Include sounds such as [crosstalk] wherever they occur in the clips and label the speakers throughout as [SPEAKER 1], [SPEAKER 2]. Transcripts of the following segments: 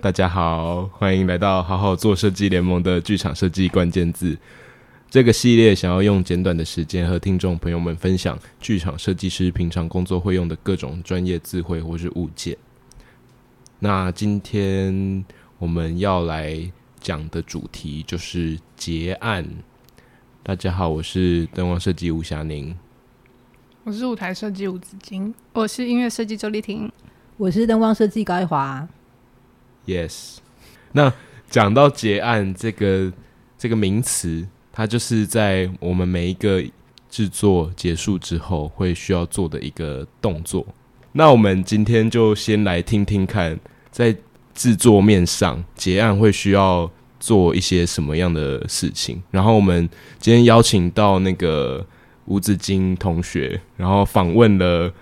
[SPEAKER 1] 大家好，欢迎来到好好做设计联盟的剧场设计关键字。这个系列想要用简短的时间和听众朋友们分享剧场设计师平常工作会用的各种专业智慧或是物件。那今天我们要来讲的主题就是结案。大家好，我是灯光设计吴霞宁。
[SPEAKER 2] 我是舞台设计吴子金，我是音乐设计周丽婷。
[SPEAKER 3] 我是灯光设计高爱华，
[SPEAKER 1] Yes，那讲到结案这个这个名词，它就是在我们每一个制作结束之后会需要做的一个动作。那我们今天就先来听听看，在制作面上结案会需要做一些什么样的事情。然后我们今天邀请到那个吴子金同学，然后访问了。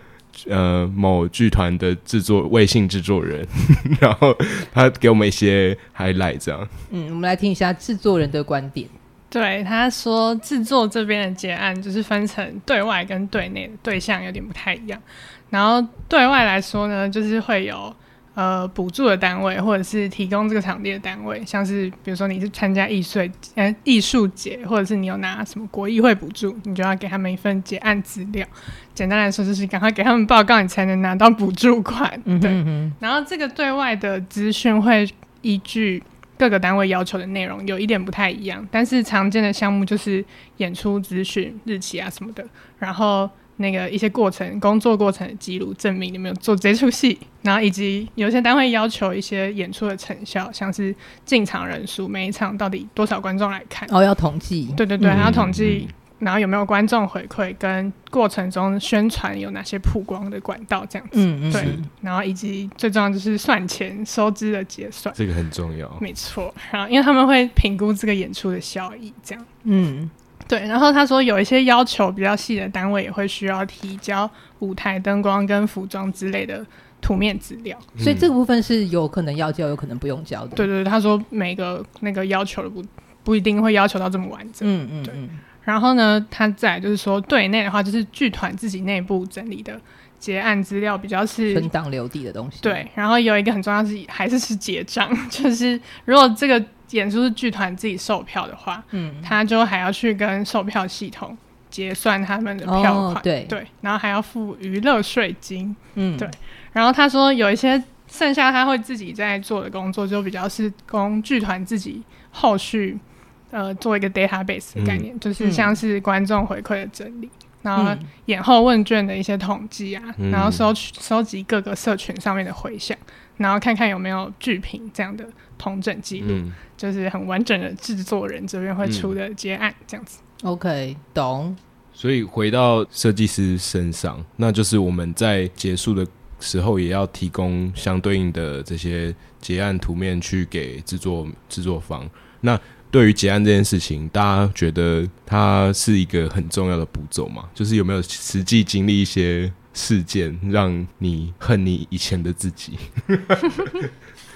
[SPEAKER 1] 呃，某剧团的制作卫信制作人， [laughs] 然后他给我们一些 highlight，这样
[SPEAKER 3] 嗯，我们来听一下制作人的观点。
[SPEAKER 2] 对，他说制作这边的结案就是分成对外跟对内的对象有点不太一样。然后对外来说呢，就是会有呃补助的单位，或者是提供这个场地的单位，像是比如说你是参加艺术呃艺术节，或者是你有拿什么国艺会补助，你就要给他们一份结案资料。简单来说就是赶快给他们报告，你才能拿到补助款。对，
[SPEAKER 3] 嗯哼
[SPEAKER 2] 然后这个对外的资讯会依据各个单位要求的内容有一点不太一样，但是常见的项目就是演出资讯、日期啊什么的，然后那个一些过程、工作过程的记录，证明你们有做这出戏，然后以及有些单位要求一些演出的成效，像是进场人数，每一场到底多少观众来看，
[SPEAKER 3] 哦，要统计，
[SPEAKER 2] 对对对，
[SPEAKER 1] 嗯
[SPEAKER 2] 还要统计，然后有没有观众回馈，跟过程中宣传有哪些曝光的管道这样子。
[SPEAKER 3] 嗯嗯，
[SPEAKER 2] 对
[SPEAKER 3] 嗯，
[SPEAKER 2] 然后以及最重要就是算钱收支的结算，
[SPEAKER 3] 哦
[SPEAKER 1] 这个很重要。
[SPEAKER 2] 没错。然后因为他们会评估这个演出的效益，这样
[SPEAKER 3] 嗯，
[SPEAKER 2] 对。然后他说有一些要求比较细的单位也会需要提交舞台灯光跟服装之类的图面资料。
[SPEAKER 3] 所以这个部分是有可能要交，有可能不用交的。
[SPEAKER 2] 对，对对，他说每个那个要求的不不一定会要求到这么完整。
[SPEAKER 3] 嗯嗯
[SPEAKER 2] 对
[SPEAKER 3] 嗯，
[SPEAKER 2] 然后呢，他再来就是说对内的话，就是剧团自己内部整理的结案资料比较是
[SPEAKER 3] 存档留地的东西。，
[SPEAKER 2] 对，然后有一个很重要是还是是结账， [laughs] 就是如果这个演出是剧团自己售票的话，
[SPEAKER 3] 嗯，
[SPEAKER 2] 他就还要去跟售票系统结算他们的票
[SPEAKER 3] 哦
[SPEAKER 2] 款，
[SPEAKER 3] 对
[SPEAKER 2] 然后还要付娱乐税金。
[SPEAKER 3] 嗯
[SPEAKER 2] 对然后他说有一些剩下他会自己在做的工作，就比较是供剧团自己后续呃做一个 database 的概念，就是像是观众回馈的整理，然后
[SPEAKER 3] 嗯
[SPEAKER 2] 演后问卷的一些统计啊，
[SPEAKER 1] 嗯
[SPEAKER 2] 然后收取收集各个社群上面的回响，然后看看有没有剧评这样的同整记录，
[SPEAKER 1] 嗯，
[SPEAKER 2] 就是很完整的制作人这边会出的结案这样子。
[SPEAKER 3] ，OK，懂。
[SPEAKER 1] 所以回到设计师身上，那就是我们在结束的时候也要提供相对应的这些结案图面去给制作制作方。那对于结案这件事情，大家觉得它是一个很重要的步骤吗？就是有没有实际经历一些事件，让你恨你以前的自己？ [laughs]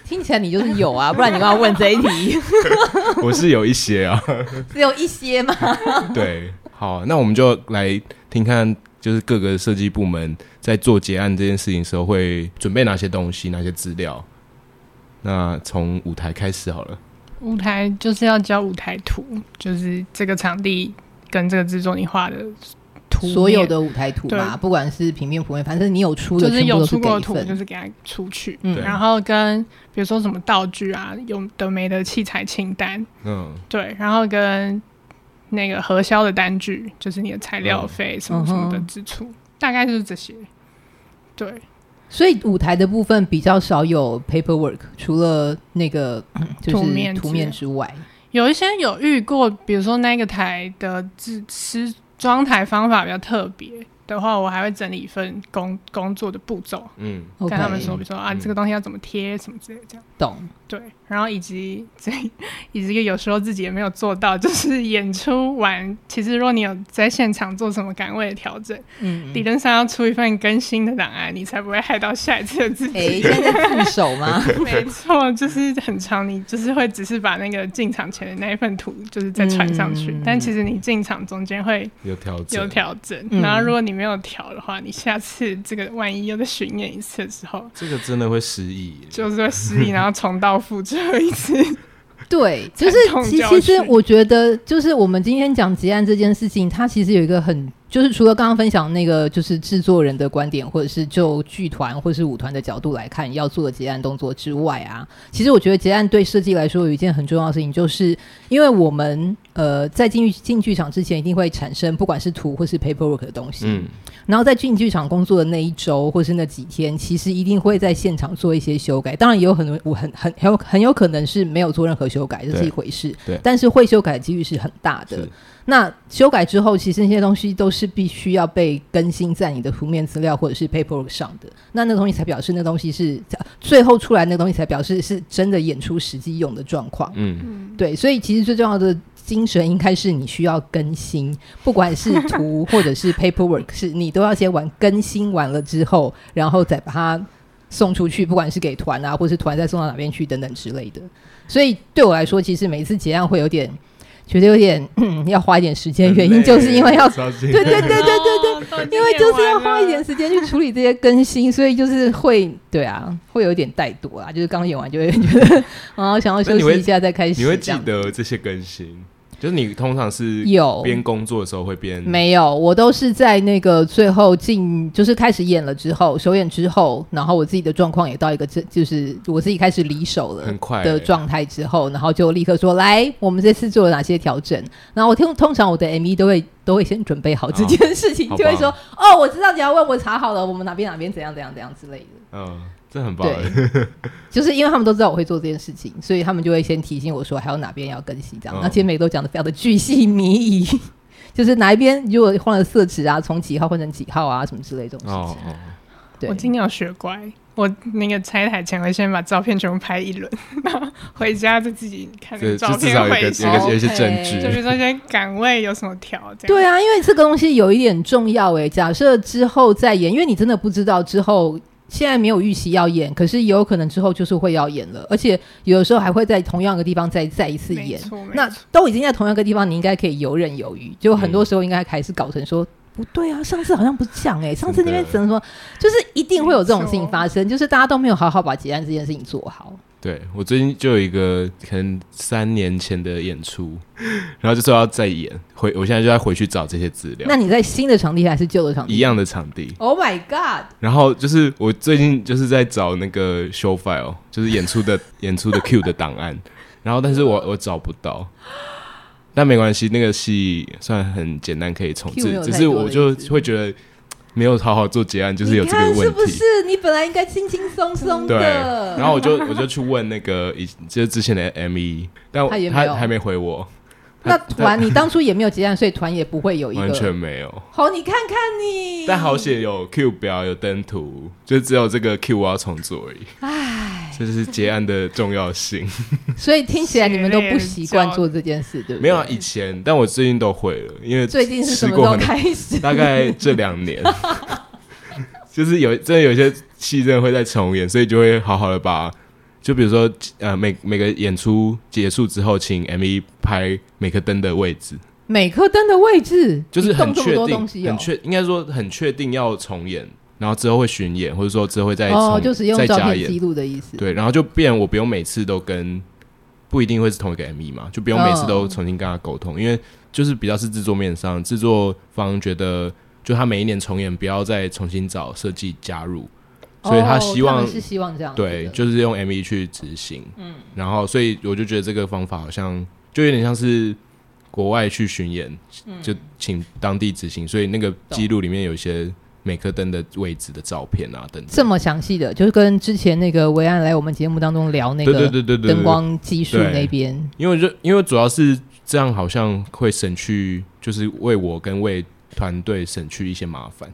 [SPEAKER 3] 听起来你就是有啊，不然你要问这一
[SPEAKER 2] [laughs]
[SPEAKER 3] 题，
[SPEAKER 1] 我是有一些啊，
[SPEAKER 3] 只有一些嘛。
[SPEAKER 1] [laughs] 对，好，那我们就来听看，就是各个设计部门在做结案这件事情的时候，会准备哪些东西，哪些资料。那从舞台开始好了，
[SPEAKER 2] 舞台就是要交舞台图，就是这个场地跟这个制作你画的图面，
[SPEAKER 3] 所有的舞台图
[SPEAKER 2] 对
[SPEAKER 3] 嘛，不管是平面、普面，反正你有出的，
[SPEAKER 2] 就是
[SPEAKER 3] 全部
[SPEAKER 2] 有
[SPEAKER 3] 都是
[SPEAKER 2] 出
[SPEAKER 3] 给
[SPEAKER 2] 过的
[SPEAKER 3] 一
[SPEAKER 2] 图，就
[SPEAKER 3] 份。
[SPEAKER 2] 是给它出去。
[SPEAKER 3] 嗯
[SPEAKER 1] 对
[SPEAKER 2] 然后跟比如说什么道具啊，有的没的器材清单，
[SPEAKER 1] 嗯，
[SPEAKER 2] 对，然后跟那个核销的单据，就是你的材料费什么什么的
[SPEAKER 3] 嗯哼
[SPEAKER 2] 支出，大概就是这些。对，
[SPEAKER 3] 所以舞台的部分比较少有 paperwork，除了那个嗯就
[SPEAKER 2] 图面之
[SPEAKER 3] 是图面之外，
[SPEAKER 2] 有一些有遇过，比如说那个台的制施装台方法比较特别的话，我还会整理一份工工作的步骤，
[SPEAKER 1] 嗯，
[SPEAKER 2] 跟他们
[SPEAKER 3] OK，
[SPEAKER 2] 说，比如说啊，
[SPEAKER 1] 嗯
[SPEAKER 2] 这个东西要怎么贴，什么之类的这样。
[SPEAKER 3] 懂。
[SPEAKER 2] 对，然后以及 [laughs] 这以及有时候自己也没有做到，就是 [laughs] 演出完，其实如果你有在现场做什么岗位的调整，
[SPEAKER 3] 嗯，
[SPEAKER 2] 理论上要出一份更新的档案，你才不会害到下一次的自己。
[SPEAKER 3] 哎，现在在自首吗？
[SPEAKER 2] [laughs] 没错，就是很长，你就是会只是把那个进场前的那一份图就是再传上去，
[SPEAKER 3] 嗯
[SPEAKER 2] 但其实你进场中间会
[SPEAKER 1] 有调整，
[SPEAKER 2] 有调整，
[SPEAKER 3] 嗯
[SPEAKER 2] 然后如果你没没有调的话，你下次这个万一又再巡演一次的时
[SPEAKER 3] [laughs]
[SPEAKER 2] 候，
[SPEAKER 1] 这个真的会失忆。
[SPEAKER 2] 就是会失忆，然后重蹈覆辙一次。
[SPEAKER 3] 对，
[SPEAKER 2] [laughs]
[SPEAKER 3] 就是
[SPEAKER 2] 惨痛
[SPEAKER 3] 其
[SPEAKER 2] 教
[SPEAKER 3] 其实
[SPEAKER 2] 训
[SPEAKER 3] 我觉得，就是我们今天讲结案这件事情，它其实有一个很，就是除了刚刚分享那个，就是制作人的观点，或者是就剧团或是舞团的角度来看要做的结案动作之外啊，其实我觉得结案对设计来说有一件很重要的事情，就是因为我们呃在进剧进剧场之前，一定会产生不管是图或是 paperwork 的东西，
[SPEAKER 1] 嗯，
[SPEAKER 3] 然后在进剧场工作的那一周或是那几天，其实一定会在现场做一些修改。当然也有很多，我很很很有很有可能是没有做任何修改，这是
[SPEAKER 1] 对
[SPEAKER 3] 一回事。
[SPEAKER 1] 对
[SPEAKER 3] 但是会修改的几率是很大的
[SPEAKER 1] 是。
[SPEAKER 3] 那修改之后，其实那些东西都是必须要被更新在你的图面资料或者是 paper 上的。那那个东西才表示那东西是最后出来那个东西才表示是真的演出实际用的状况。
[SPEAKER 1] 嗯，
[SPEAKER 2] 嗯，
[SPEAKER 3] 对，所以其实最重要的精神应该是你需要更新，不管是 [laughs] 图或者是 paperwork，是你都要先完更新完了之后，然后再把它送出去，不管是给团啊，或是团再送到哪边去等等之类的。所以对我来说，其实每一次结案会有点觉得有点、嗯、要花一点时间，原因就是因
[SPEAKER 1] [laughs]
[SPEAKER 3] 为要
[SPEAKER 1] 对
[SPEAKER 3] 对对对对对 [laughs] 对。
[SPEAKER 2] 对
[SPEAKER 3] 因为就是要花一点啊时间去处理这些更新，所以就是会对啊，会有一点怠惰啊啦。就是刚演完就会觉得 [laughs] 啊，想要休
[SPEAKER 1] 那你会
[SPEAKER 3] 息一下再开始。
[SPEAKER 1] 你会记
[SPEAKER 3] 这样
[SPEAKER 1] 得这些更新，就是你通常是
[SPEAKER 3] 有
[SPEAKER 1] 边工作的时候会边
[SPEAKER 3] 没有，我都是在那个最后进，就是开始演了之后，首演之后，然后我自己的状况也到一个这，就是我自己开始离手了
[SPEAKER 1] 很快欸
[SPEAKER 3] 的状态之后，然后就立刻说来，我们这次做了哪些调整。然后我听，通常我的 MV 都会都会先准备好这件事情，
[SPEAKER 1] 好
[SPEAKER 3] 就会
[SPEAKER 1] 棒
[SPEAKER 3] 说哦，我知道你要问我查好了，我们哪边哪边怎样怎样怎样之类的。
[SPEAKER 1] 嗯，这很棒。
[SPEAKER 3] 对，
[SPEAKER 1] [laughs]
[SPEAKER 3] 就是因为他们都知道我会做这件事情，所以他们就会先提醒我说还有哪边要更新这样。
[SPEAKER 1] 嗯
[SPEAKER 3] 那其实每个都讲的非常的巨细靡遗， [laughs] 就是哪一边如果换了色纸啊，从几号换成几号啊，什么之类这种事
[SPEAKER 1] 哦
[SPEAKER 3] 情。
[SPEAKER 1] 哦，
[SPEAKER 3] 对
[SPEAKER 2] 我，今天有学乖，我那个拆台前会先把照片全部拍一轮，然后回家再自己看那
[SPEAKER 1] 这
[SPEAKER 2] 个
[SPEAKER 1] 这
[SPEAKER 2] 照
[SPEAKER 1] 至
[SPEAKER 2] 片
[SPEAKER 1] 少有一个
[SPEAKER 2] 回
[SPEAKER 1] 有
[SPEAKER 2] 收
[SPEAKER 1] 一个，有一些
[SPEAKER 3] OK
[SPEAKER 1] 证据
[SPEAKER 2] [laughs] 就比。如说一些岗位有什么调这样。
[SPEAKER 3] 对，啊，因为这个东西有一点重要诶、假设之后再演，因为你真的不知道之后。现在没有预期要演，可是也有可能之后就是会要演了，而且有的时候还会在同样的地方再啊再一次
[SPEAKER 2] 没
[SPEAKER 3] 演。
[SPEAKER 2] 错，没
[SPEAKER 3] 那
[SPEAKER 2] 错
[SPEAKER 3] 都已经在同样一个地方，你应该可以游刃有余。就很多时候应该还是搞成说。不对啊，上次好像不是这样哎、上次那边
[SPEAKER 1] 嗯真的
[SPEAKER 3] 怎么说，就是一定会有这种事情
[SPEAKER 2] 没错
[SPEAKER 3] 发生，就是大家都没有好好把结案这件事情做好。
[SPEAKER 1] 对我最近就有一个可能三年前的演
[SPEAKER 3] [laughs]
[SPEAKER 1] 出，然后就说要再演，回我现在就要回去找这些资料
[SPEAKER 3] 那，你在新的场地还是旧的场地？
[SPEAKER 1] 一样的场地。
[SPEAKER 3] Oh my god！
[SPEAKER 1] 然后就是我最近就是在找那个 show file，就是演
[SPEAKER 3] [laughs]
[SPEAKER 1] 出的演出的 Q 的档案，然后但是我我找不到，但没关系，那个戏算很简单，可以重
[SPEAKER 3] Q 没
[SPEAKER 1] 置，
[SPEAKER 3] 有
[SPEAKER 1] 只
[SPEAKER 3] 太
[SPEAKER 1] 是
[SPEAKER 3] 多
[SPEAKER 1] 我
[SPEAKER 3] 的
[SPEAKER 1] 就
[SPEAKER 3] 意思
[SPEAKER 1] 会觉得没有好好做结案，就是有这个
[SPEAKER 3] 你看是
[SPEAKER 1] 问
[SPEAKER 3] 不
[SPEAKER 1] 题
[SPEAKER 3] 是。你本来应该轻轻松松
[SPEAKER 1] 对，
[SPEAKER 3] 的？
[SPEAKER 1] 然后
[SPEAKER 3] [laughs]
[SPEAKER 1] 我就我就去问那个以就是之前的 M E，但我
[SPEAKER 3] 他也没有
[SPEAKER 1] 还没回我，
[SPEAKER 3] 那
[SPEAKER 1] 他
[SPEAKER 3] 团你当初也没有结案，所以团也不会有一
[SPEAKER 1] 完全
[SPEAKER 3] 个。
[SPEAKER 1] 没有。
[SPEAKER 3] 好，你看看你。
[SPEAKER 1] 但好险有 Q 表有登图，就只有这个 Q 我要重做而已。唉，这就是结案的重要性。 [laughs]
[SPEAKER 3] 所以听起来你们都不习惯
[SPEAKER 2] 血泪
[SPEAKER 3] 做这件事，对不对？
[SPEAKER 1] 没有啊，以前，但我最近都会了，因为
[SPEAKER 3] 最近是什
[SPEAKER 1] 吃
[SPEAKER 3] 么
[SPEAKER 1] 过
[SPEAKER 3] 时候
[SPEAKER 1] 很多，
[SPEAKER 3] 开始？
[SPEAKER 1] 大概这两年， [laughs] 就是有真的有些戏真的会在重演，所以就会好好的把，就比如说呃每每个演出结束之后，请 M 一拍每颗灯的位置，
[SPEAKER 3] 每颗灯的位置，
[SPEAKER 1] 就是
[SPEAKER 3] 你动
[SPEAKER 1] 很
[SPEAKER 3] 这
[SPEAKER 1] 确
[SPEAKER 3] 么多
[SPEAKER 1] 定
[SPEAKER 3] 东西，哦
[SPEAKER 1] 很确应该说很确定要重演，然后之后会巡演，或者说之后会再重、
[SPEAKER 3] 哦，就是用
[SPEAKER 1] 再
[SPEAKER 3] 照
[SPEAKER 1] 加
[SPEAKER 3] 片
[SPEAKER 1] 演
[SPEAKER 3] 记，录的意思。
[SPEAKER 1] 对，然后就变我不用每次都跟，不一定会是同一个 ME 嘛，就不用每次都
[SPEAKER 3] 哦
[SPEAKER 1] 重新跟他沟通，因为就是比较是制作面上，制作方觉得就他每一年重演不要再重新找设计加入，所以他希
[SPEAKER 3] 哦
[SPEAKER 1] 望、
[SPEAKER 3] 们是希望这样子的，
[SPEAKER 1] 对，就是用 ME 去执行，嗯，然后所以我就觉得这个方法好像就有点像是。国外去巡演，就请当地执行，所以那个记录里面有一些每颗灯的位置的照片啊等等。
[SPEAKER 3] 这么详细的，就是跟之前那个维安来我们节目当中聊那
[SPEAKER 1] 对对
[SPEAKER 3] 个
[SPEAKER 1] 对对对对
[SPEAKER 3] 灯光技术
[SPEAKER 1] 对
[SPEAKER 3] 那边，
[SPEAKER 1] 因为就因为主要是这样，好像会省去，就是为我跟为团队省去一些麻烦。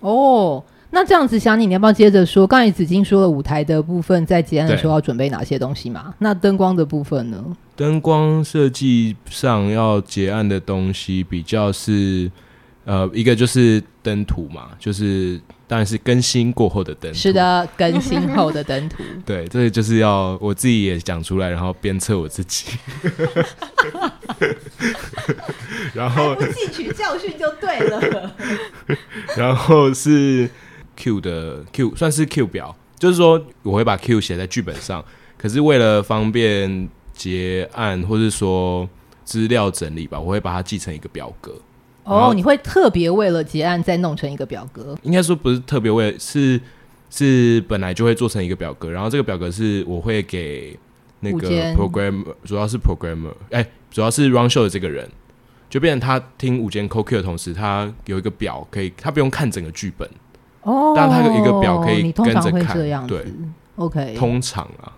[SPEAKER 3] 哦。那这样子，想你，你要不要接着说？刚才紫金说了舞台的部分，在结案的时候要准备哪些东西嘛？那灯光的部分呢？
[SPEAKER 1] 嗯灯光设计上要结案的东西比较是，呃，一个就是灯图嘛，就是当然是更新过后的灯。
[SPEAKER 3] 是，的，更新后的
[SPEAKER 1] [laughs]
[SPEAKER 3] 灯图。
[SPEAKER 1] 对，这个就是要我自己也讲出来，然后鞭策我自己。 [laughs] 然后
[SPEAKER 3] 不汲取教训就对
[SPEAKER 1] [laughs]
[SPEAKER 3] 了。
[SPEAKER 1] 然后是 Q 的 Q，算是 Q 表，就是说我会把 Q 写在剧本上，可是为了方便结案或是说资料整理吧，我会把它记成一个表格。
[SPEAKER 3] 哦，你会特别为了结案再弄成一个表格，
[SPEAKER 1] 应该说不是特别为是是本来就会做成一个表格，然后这个表格是我会给那
[SPEAKER 3] 午
[SPEAKER 1] 个
[SPEAKER 3] 间
[SPEAKER 1] programmer，主要是 programmer，哎、主要是 run show 的这个人，就变成他听午间 CoQ 的同时，他有一个表可以，他不用看整个剧本，
[SPEAKER 3] 哦，
[SPEAKER 1] 但它有一个表可以
[SPEAKER 3] 你通常
[SPEAKER 1] 跟着
[SPEAKER 3] 会
[SPEAKER 1] 看
[SPEAKER 3] 这样子
[SPEAKER 1] 对
[SPEAKER 3] ，OK，
[SPEAKER 1] 通常啊，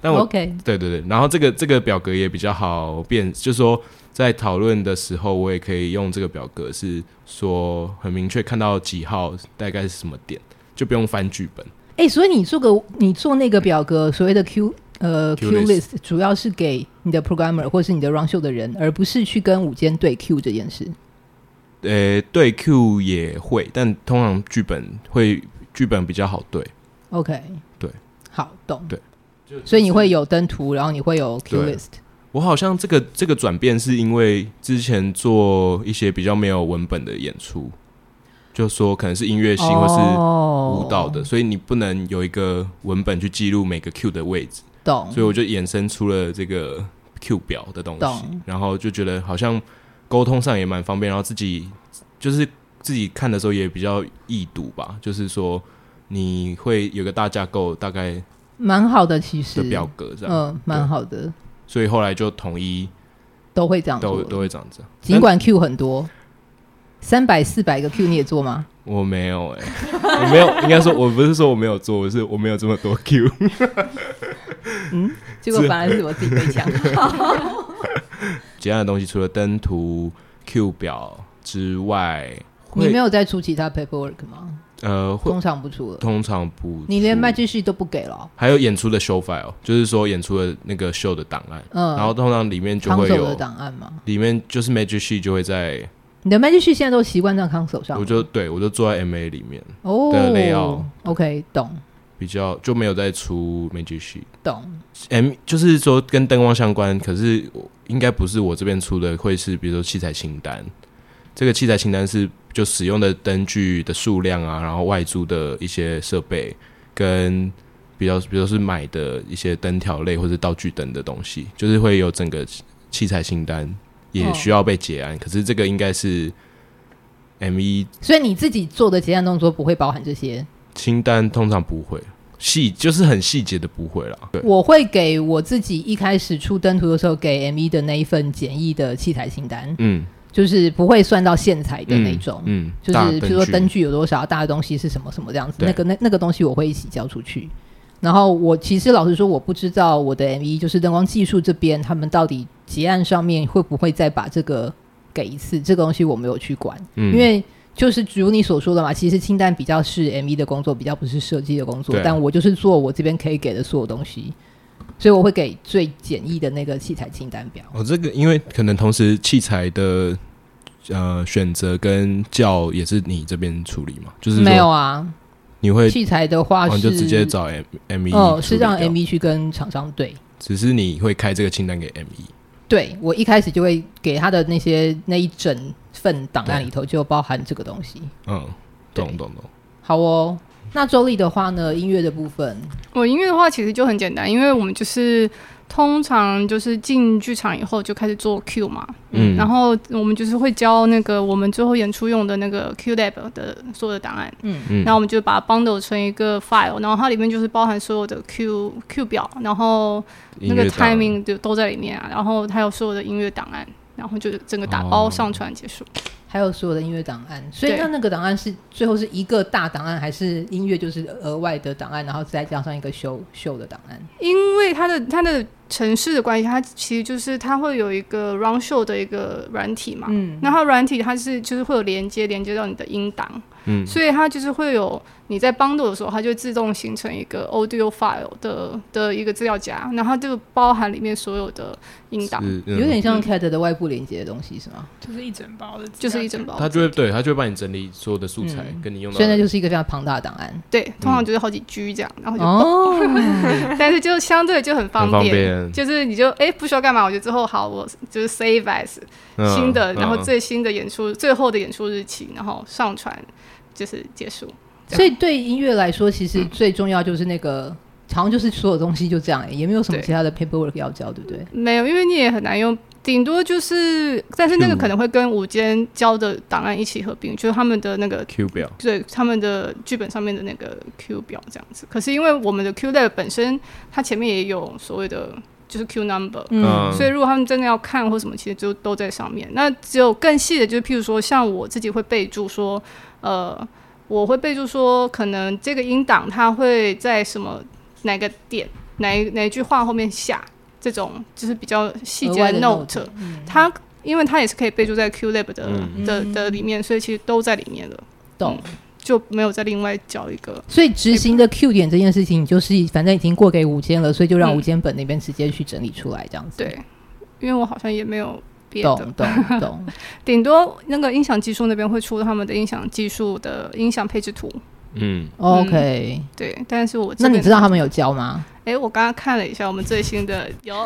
[SPEAKER 1] 但我
[SPEAKER 3] OK，
[SPEAKER 1] 对对对，然后这个这个表格也比较好辨，就是说在讨论的时候，我也可以用这个表格，是说很明确看到几号，大概是什么点，就不用翻剧本。
[SPEAKER 3] 哎、所以你做个你做那个表格，所谓的 Q 呃
[SPEAKER 1] Q
[SPEAKER 3] Q
[SPEAKER 1] list
[SPEAKER 3] list，主要是给你的 programmer 或是你的 run show 的人，而不是去跟午间对 Q 这件事。
[SPEAKER 1] 呃，对 Q 也会，但通常剧本会剧本比较好对。
[SPEAKER 3] OK，
[SPEAKER 1] 对，
[SPEAKER 3] 好懂。
[SPEAKER 1] 对，
[SPEAKER 3] 所以你会有登图，然后你会有 Q
[SPEAKER 1] 对
[SPEAKER 3] list。
[SPEAKER 1] 我好像这个这个转变是因为之前做一些比较没有文本的演出，就说可能是音乐系或是
[SPEAKER 3] 舞
[SPEAKER 1] 舞蹈的，所以你不能有一个文本去记录每个 Q 的位置，
[SPEAKER 3] 懂
[SPEAKER 1] 所以我就衍生出了这个 Q 表的东西
[SPEAKER 3] 懂，
[SPEAKER 1] 然后就觉得好像沟通上也蛮方便，然后自己就是自己看的时候也比较易读吧，就是说你会有个大架构大概
[SPEAKER 3] 蛮好的，其实
[SPEAKER 1] 的表格啊这样，
[SPEAKER 3] 嗯，蛮好的，
[SPEAKER 1] 所以后来就统一
[SPEAKER 3] 都会这样
[SPEAKER 1] 都
[SPEAKER 3] 做。
[SPEAKER 1] 都会长这样。
[SPEAKER 3] 嗯尽管 Q 很多，三百四百个 Q 你也做吗？
[SPEAKER 1] 我没有哎、我没有，应该说我不是说我没有做，我是我没有这么多 [laughs] Q。
[SPEAKER 3] 结果反而是我自己被
[SPEAKER 1] [laughs]
[SPEAKER 3] 抢。
[SPEAKER 1] 结案的东西除了登图、Q 表之外，
[SPEAKER 3] 你
[SPEAKER 1] 会
[SPEAKER 3] 没有再出其他 paperwork 吗？
[SPEAKER 1] 呃会
[SPEAKER 3] 通常不出了，
[SPEAKER 1] 通常不，
[SPEAKER 3] 你连 magic sheet 都不给了哦。
[SPEAKER 1] 还有演出的 show file，就是说演出的那个 show 的档案，
[SPEAKER 3] 嗯，
[SPEAKER 1] 然后通常里面就会
[SPEAKER 3] console 的
[SPEAKER 1] 有，
[SPEAKER 3] 档案吗？
[SPEAKER 1] 里面就是 magic sheet 就会在，
[SPEAKER 3] 你的 magic sheet 现在都习惯在 console 上吗，
[SPEAKER 1] 我就对我就坐在 MA 里面，
[SPEAKER 3] 哦
[SPEAKER 1] 的 layout
[SPEAKER 3] OK，懂
[SPEAKER 1] 比较就没有再出 magic sheet。
[SPEAKER 3] 懂
[SPEAKER 1] M 就是说跟灯光相关，可是我应该不是我这边出的，会是比如说器材清单。这个器材清单是就使用的灯具的数量啊，然后外租的一些设备跟比较，比如是买的一些灯条类或者道具等的东西，就是会有整个器材清单也
[SPEAKER 3] 哦
[SPEAKER 1] 需要被结案。可是这个应该是 M 一
[SPEAKER 3] 所以你自己做的结案动作不会包含这些，
[SPEAKER 1] 清单通常不会细，就是很细节的不会啦。对，
[SPEAKER 3] 我会给我自己一开始出登图的时候给 M 一的那一份简易的器材清单，
[SPEAKER 1] 嗯，
[SPEAKER 3] 就是不会算到线材的那种，
[SPEAKER 1] 嗯，
[SPEAKER 3] 就
[SPEAKER 1] 大
[SPEAKER 3] 是比如说
[SPEAKER 1] 具
[SPEAKER 3] 灯具有多少，大的东西是什么什么这样子，
[SPEAKER 1] 对
[SPEAKER 3] 那个那那个东西我会一起交出去。然后我其实老实说，我不知道我的 M 一就是灯光技术这边，他们到底结案上面会不会再把这个给一次，这个东西我没有去管，
[SPEAKER 1] 嗯
[SPEAKER 3] 因为就是如你所说的嘛，其实清单比较是 M 一的工作，比较不是设计的工作
[SPEAKER 1] 对，
[SPEAKER 3] 但我就是做我这边可以给的所有东西，所以我会给最简易的那个器材清单表。
[SPEAKER 1] 哦，这个因为可能同时器材的呃选择跟教也是你这边处理嘛，就是说
[SPEAKER 3] 没有啊，
[SPEAKER 1] 你会
[SPEAKER 3] 器材的话
[SPEAKER 1] 哦
[SPEAKER 3] 是、
[SPEAKER 1] 你就直接找 M M E
[SPEAKER 3] 哦，是让 M 一去跟厂商对。
[SPEAKER 1] 只是你会开这个清单给 M E，
[SPEAKER 3] 对我一开始就会给他的那些那一整份档案里头就包含这个东西。
[SPEAKER 1] 嗯，
[SPEAKER 3] 对
[SPEAKER 1] 懂懂懂，
[SPEAKER 3] 好哦，那周丽的话呢，音乐的部分，
[SPEAKER 4] 我音乐的话其实就很简单，因为我们就是通常就是进剧场以后就开始做 Q 嘛，
[SPEAKER 1] 嗯，
[SPEAKER 4] 然后我们就是会教那个我们最后演出用的那个 Q Lab 的所有的档案，
[SPEAKER 3] 嗯
[SPEAKER 1] 嗯
[SPEAKER 4] 然后我们就把它 bundle 成一个 file，然后它里面就是包含所有的 Q Q 表，然后那个
[SPEAKER 1] 音乐档
[SPEAKER 4] timing 就都在里面啊，然后还有所有的音乐档案，然后就整个打包
[SPEAKER 1] 哦
[SPEAKER 4] 上传结束。
[SPEAKER 3] 还有所有的音乐档案，所以
[SPEAKER 4] 对
[SPEAKER 3] 那那个档案是最后是一个大档案，还是音乐就是额外的档案，然后再加上一个修修的档案？
[SPEAKER 4] 因为它的它的城市的关系，它其实就是它会有一个 round show 的一个软体嘛，
[SPEAKER 3] 嗯
[SPEAKER 4] 那它软体它是就是会有连接连接到你的音档，
[SPEAKER 1] 嗯
[SPEAKER 4] 所以它就是会有你在帮助的时候，它就会自动形成一个 audio file 的的一个资料夹，然后这个包含里面所有的音档，
[SPEAKER 1] 是
[SPEAKER 3] 有点像
[SPEAKER 4] 嗯
[SPEAKER 3] CAD 的外部连接的东西是吗？
[SPEAKER 2] 就是一整包的资料夹，
[SPEAKER 4] 就是一整包。
[SPEAKER 1] 他就会对他就会帮你整理所有的素材，
[SPEAKER 3] 嗯
[SPEAKER 1] 跟你用到
[SPEAKER 3] 所以
[SPEAKER 1] 的。
[SPEAKER 3] 那就是一个非常庞大的档案。
[SPEAKER 4] 对，通常就是好几 G 这样，然后就，
[SPEAKER 3] 哦， [laughs]
[SPEAKER 4] 但是就相对就很
[SPEAKER 1] 很
[SPEAKER 4] 方
[SPEAKER 1] 方
[SPEAKER 4] 便。
[SPEAKER 1] 便，
[SPEAKER 4] 就是你就哎、不需要干嘛，我就之后好，我就是 save as
[SPEAKER 1] 嗯
[SPEAKER 4] 新的，然后
[SPEAKER 1] 嗯
[SPEAKER 4] 最新的演出、最后的演出日期，然后上传就是结束。
[SPEAKER 3] 所以对音乐来说，其实最重要就是那个，好像就是所有东西就这样、也没有什么
[SPEAKER 4] 对
[SPEAKER 3] 其他的 paperwork 要交，对不对？
[SPEAKER 4] 没有，因为你也很难用，顶多就是，但是那个
[SPEAKER 1] Q
[SPEAKER 4] 可能会跟午间交的档案一起合并，就是他们的那个
[SPEAKER 1] Q 表，
[SPEAKER 4] 对他们的剧本上面的那个 Q 表这样子。可是因为我们的 Q lab 本身，它前面也有所谓的就是 Q number，
[SPEAKER 1] 嗯，
[SPEAKER 4] 所以如果他们真的要看或什么，其实就都在上面。那只有更细的，就是譬如说，像我自己会备注说，呃，我会备注说，可能这个音档它会在什么哪个点、哪一哪一句话后面下这种，就是比较细
[SPEAKER 3] 额
[SPEAKER 4] 节
[SPEAKER 3] 外的
[SPEAKER 4] note，
[SPEAKER 3] 嗯
[SPEAKER 4] 它。因为它也是可以备注在 QLab 的、
[SPEAKER 1] 嗯
[SPEAKER 4] 的的里面，所以其实都在里面了，
[SPEAKER 3] 懂。
[SPEAKER 4] 嗯就没有再另外找一个。
[SPEAKER 3] 所以执行的 Q 点这件事情，就是反正已经过给午间了，所以就让
[SPEAKER 4] 嗯
[SPEAKER 3] 午间本那边直接去整理出来，这样子。，
[SPEAKER 4] 对，因为我好像也没有别的。
[SPEAKER 3] 懂懂
[SPEAKER 4] [laughs]
[SPEAKER 3] 懂。
[SPEAKER 4] 顶多那个音响技术那边会出他们的音响技术的音响配置图，
[SPEAKER 1] 嗯，
[SPEAKER 3] OK，
[SPEAKER 4] 对。但是我这
[SPEAKER 3] 那
[SPEAKER 4] 边
[SPEAKER 3] 你知道他？们有交吗？
[SPEAKER 4] 哎，我刚刚看了一下我们最新的有，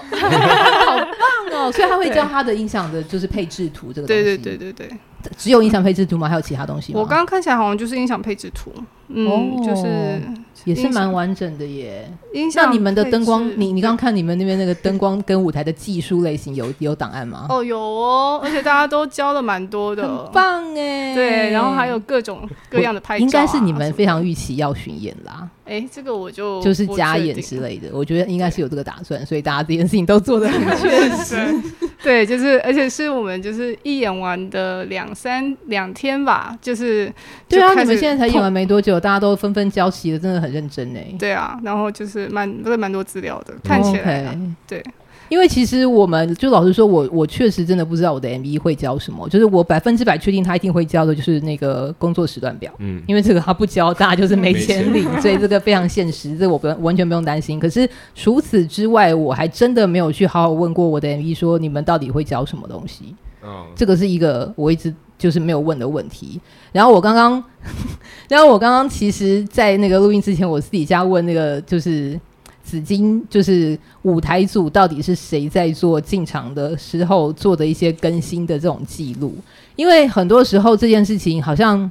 [SPEAKER 3] 哦，所以他会
[SPEAKER 4] 对
[SPEAKER 3] 教他的音响的，就是配置图这个东
[SPEAKER 4] 对
[SPEAKER 3] 西。
[SPEAKER 4] 对对对对，
[SPEAKER 3] 只有音响配置图吗？还有其他东西吗？
[SPEAKER 4] 我刚刚看起来好像就是音响配置图，嗯，
[SPEAKER 3] 哦
[SPEAKER 4] 就是
[SPEAKER 3] 也是
[SPEAKER 4] 音
[SPEAKER 3] 蛮
[SPEAKER 4] 响
[SPEAKER 3] 完整的耶。
[SPEAKER 4] 音响配
[SPEAKER 3] 那
[SPEAKER 4] 置。
[SPEAKER 3] 你们的灯光，你你刚刚看你们那边那个灯光跟舞台的技术类型有有档案吗？
[SPEAKER 4] 哦有哦，而且大家都教了蛮多的
[SPEAKER 3] 很，棒哎。
[SPEAKER 4] 对，然后还有各种各样的拍照啊，
[SPEAKER 3] 应该是你们非
[SPEAKER 4] 常
[SPEAKER 3] 常预期要巡演啦，
[SPEAKER 4] 哎，诶这个我就
[SPEAKER 3] 就是
[SPEAKER 4] 不
[SPEAKER 3] 加
[SPEAKER 4] 确
[SPEAKER 3] 演
[SPEAKER 4] 定
[SPEAKER 3] 之类的。我觉得应该是有这个打算，所以大家这件事情都做得
[SPEAKER 4] [laughs]
[SPEAKER 3] 很确实。
[SPEAKER 4] 对，就是，而且是我们就是一演完的两三两天吧，就是
[SPEAKER 3] 对啊，
[SPEAKER 4] 就开
[SPEAKER 3] 你
[SPEAKER 4] 始
[SPEAKER 3] 们现在才演
[SPEAKER 4] 碰
[SPEAKER 3] 完没多久，大家都纷纷交齐了，真的很认真哎。
[SPEAKER 4] 对啊，然后就是蛮不是蛮多资料
[SPEAKER 1] 哦
[SPEAKER 4] 的，看起来
[SPEAKER 3] 哦
[SPEAKER 4] 啊、
[SPEAKER 3] OK
[SPEAKER 4] 对。
[SPEAKER 3] 因为其实我们就老实说，我我确实真的不知道我的 MV 会教什么，就是我百分之百确定他一定会教的，就是那个工作时段表。
[SPEAKER 1] 嗯，
[SPEAKER 3] 因为这个他不教，大家就是没钱
[SPEAKER 1] 没
[SPEAKER 3] 领，所以这个非常现实，这个我不用完全不用担心。可是除此之外，我还真的没有去好好问过我的 MV 说你们到底会教什么东西。
[SPEAKER 1] 哦，
[SPEAKER 3] 这个是一个我一直就是没有问的问题。然后我刚刚， [laughs] 然后我刚刚其实，在那个录音之前，我私底下问那个就是紫金，就是舞台组到底是谁在做进场的时候做的一些更新的这种记录，因为很多时候这件事情好像。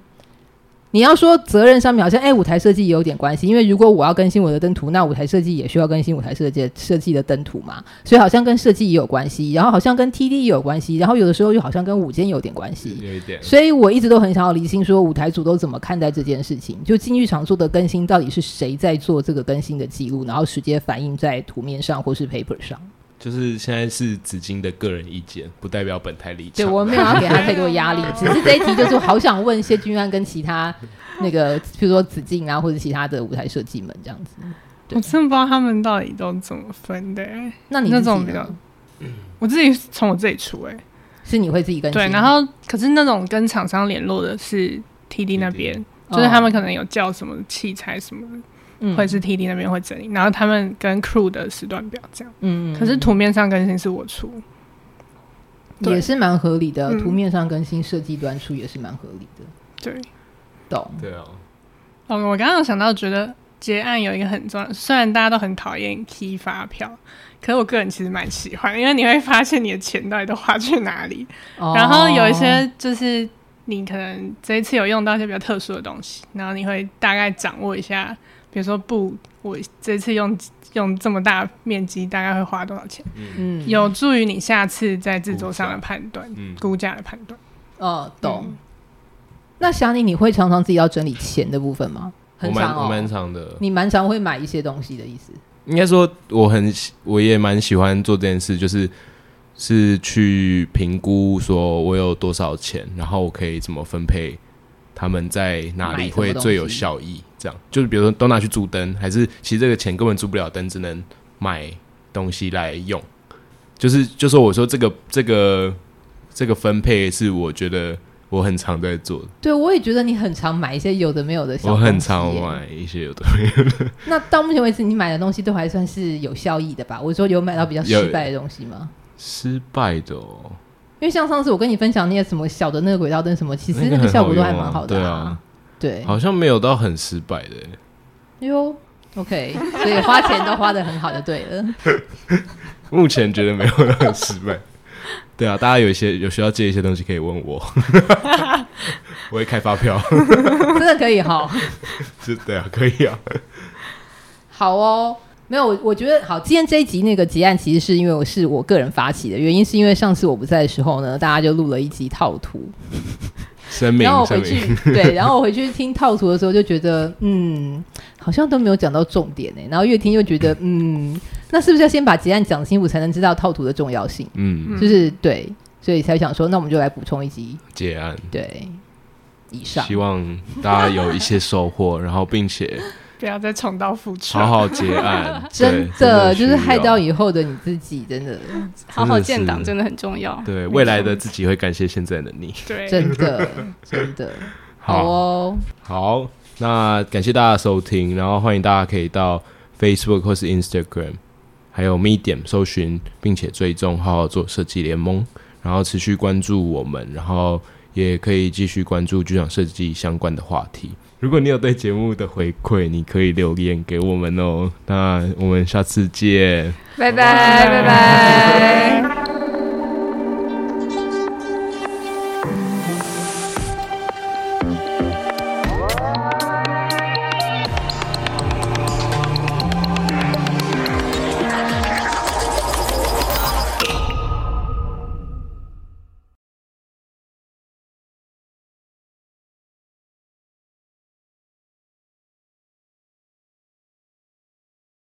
[SPEAKER 3] 你要说责任上面好像，哎、舞台设计也有点关系，因为如果我要更新我的灯图，那舞台设计也需要更新舞台设计设计的灯图嘛，所以好像跟设计也有关系，然后好像跟 TD 也有关系，然后有的时候又好像跟舞间有点关系，
[SPEAKER 1] 有一点，
[SPEAKER 3] 所以我一直都很想要理清，说舞台组都怎么看待这件事情？就进剧场做的更新，到底是谁在做这个更新的记录，然后直接反映在图面上或是 paper 上？
[SPEAKER 1] 就是现在是紫金的个人意见，不代表本台立
[SPEAKER 3] 对
[SPEAKER 1] 场。
[SPEAKER 3] 我没
[SPEAKER 1] [laughs]
[SPEAKER 3] 有要给他太多压力， [laughs] 只是这一题就是好想问谢君安跟其他那个，比如说子敬啊，或者其他的舞台设计们这样子。对
[SPEAKER 2] 我真的不知道他们到底都怎么分的、欸。
[SPEAKER 3] 那你
[SPEAKER 2] 那
[SPEAKER 3] 自己
[SPEAKER 2] 种
[SPEAKER 3] 呢
[SPEAKER 2] 比较，我自己从我这里出哎、欸
[SPEAKER 3] 是你会自己更新？
[SPEAKER 2] 对，然后可是那种跟厂商联络的是 TD 那边，
[SPEAKER 3] 哦
[SPEAKER 2] 就是他们可能有叫什么器材什么的，
[SPEAKER 3] 嗯
[SPEAKER 2] 会是 TD 那边会整理，然后他们跟 crew 的时段表这样。
[SPEAKER 3] 嗯，嗯
[SPEAKER 2] 可是图面上更新是我出，对
[SPEAKER 3] 也是蛮合理的，
[SPEAKER 2] 嗯
[SPEAKER 3] 图面上更新设计端出也是蛮合理的，
[SPEAKER 2] 对。
[SPEAKER 3] 懂？
[SPEAKER 1] 对啊，
[SPEAKER 2] 哦，我刚刚有想到，觉得结案有一个很重要，虽然大家都很讨厌 key 发票，可是我个人其实蛮喜欢，因为你会发现你的钱到底都花去哪里，
[SPEAKER 3] 哦
[SPEAKER 2] 然
[SPEAKER 1] 哦
[SPEAKER 2] 后有一些就是你可能这一次有用到一些比较特殊的东西，然后你会大概掌握一下，比如说布，我这次用用这么大面积大概会花多少钱，
[SPEAKER 1] 嗯
[SPEAKER 3] 嗯
[SPEAKER 2] 有助于你下次在制作上的
[SPEAKER 1] 估价
[SPEAKER 2] 判断，
[SPEAKER 1] 嗯，
[SPEAKER 2] 估价的判断。
[SPEAKER 3] 哦，懂。
[SPEAKER 2] 嗯
[SPEAKER 3] 那霞妮，你会常常自己要整理钱的部分吗？
[SPEAKER 1] 我
[SPEAKER 3] 很
[SPEAKER 1] 蛮
[SPEAKER 3] 常
[SPEAKER 1] 我蛮
[SPEAKER 3] 哦，
[SPEAKER 1] 长的，
[SPEAKER 3] 你蛮常会买一些东西的意思。
[SPEAKER 1] 应该说我很喜我也蛮喜欢做这件事，就是是去评估说我有多少钱，然后我可以怎么分配，他们在哪
[SPEAKER 3] 买
[SPEAKER 1] 里
[SPEAKER 3] 什么
[SPEAKER 1] 会
[SPEAKER 3] 东
[SPEAKER 1] 最有
[SPEAKER 3] 西
[SPEAKER 1] 效益。这样就是比如说都拿去租灯，还是其实这个钱根本租不了灯，只能买东西来用。就是就说我说这个这个这个分配是我觉得我很常在做，
[SPEAKER 3] 对，我也觉得你很常买一些有的没有的小
[SPEAKER 1] 我
[SPEAKER 3] 东西耶。
[SPEAKER 1] 很常买一些有的
[SPEAKER 3] 那到目前为止，你买的东西都还算是有效益的吧？我说有买到比较失败的东西吗？
[SPEAKER 1] 失败的哦，
[SPEAKER 3] 因为像上次我跟你分享那个什么小的那个轨道灯什么，其实
[SPEAKER 1] 那
[SPEAKER 3] 那
[SPEAKER 1] 个
[SPEAKER 3] 个
[SPEAKER 1] 很
[SPEAKER 3] 效果都
[SPEAKER 1] 用
[SPEAKER 3] 还
[SPEAKER 1] 啊
[SPEAKER 3] 蛮好的、
[SPEAKER 1] 对
[SPEAKER 3] 啊
[SPEAKER 1] 啊。，
[SPEAKER 3] 对，
[SPEAKER 1] 好像没有到很失败的欸，
[SPEAKER 3] 哟，OK，所以花钱都花的很好就对了。 [laughs]
[SPEAKER 1] 目前觉得没有到很失败。对啊，大家有一些有需要借一些东西可以问
[SPEAKER 3] [laughs]
[SPEAKER 1] 我，我会开发票， [laughs]
[SPEAKER 3] 真的可以哈。
[SPEAKER 1] 是对啊，可以啊。
[SPEAKER 3] 好哦，没有，我我觉得好。今天这一集那个结案，其实是因为我是我个人发起的，原因是因为上次我不在的时候呢，大家就录了一集套图，
[SPEAKER 1] 声明
[SPEAKER 3] 然后我
[SPEAKER 1] 声
[SPEAKER 3] 回
[SPEAKER 1] 明，
[SPEAKER 3] 去对，然后我回去听套图的时候就觉得，嗯，好像都没有讲到重点呢。欸然后越听又觉得，嗯，那是不是要先把结案讲清楚，才能知道套图的重要性？
[SPEAKER 1] 嗯，
[SPEAKER 3] 就是对，所以才想说，那我们就来补充一集，
[SPEAKER 1] 结案，
[SPEAKER 3] 对，以上
[SPEAKER 1] 希望大家有一些收
[SPEAKER 3] [laughs]
[SPEAKER 1] 获，然后并且
[SPEAKER 2] 不要再重蹈覆辙。
[SPEAKER 1] 好好结案，
[SPEAKER 3] 真
[SPEAKER 1] 对
[SPEAKER 3] 的就是害到
[SPEAKER 1] 你。
[SPEAKER 3] 以后的你自己，真的。
[SPEAKER 4] 好好建
[SPEAKER 1] 真的
[SPEAKER 4] 档
[SPEAKER 1] 是
[SPEAKER 4] 真的很重要。
[SPEAKER 1] 对未来的自己会感谢现在的你。
[SPEAKER 2] 对，
[SPEAKER 3] 真的，真的，好哦，
[SPEAKER 1] 好，那感谢大家的收听，然后欢迎大家可以到 Facebook 或是 Instagram，还有 Medium 搜寻，并且追踪好好做设计联盟，然后持续关注我们，然后也可以继续关注剧场设计相关的话题。如果你有对节目的回馈，你可以留言给我们哦。那我们下次见。
[SPEAKER 4] 拜拜，拜拜。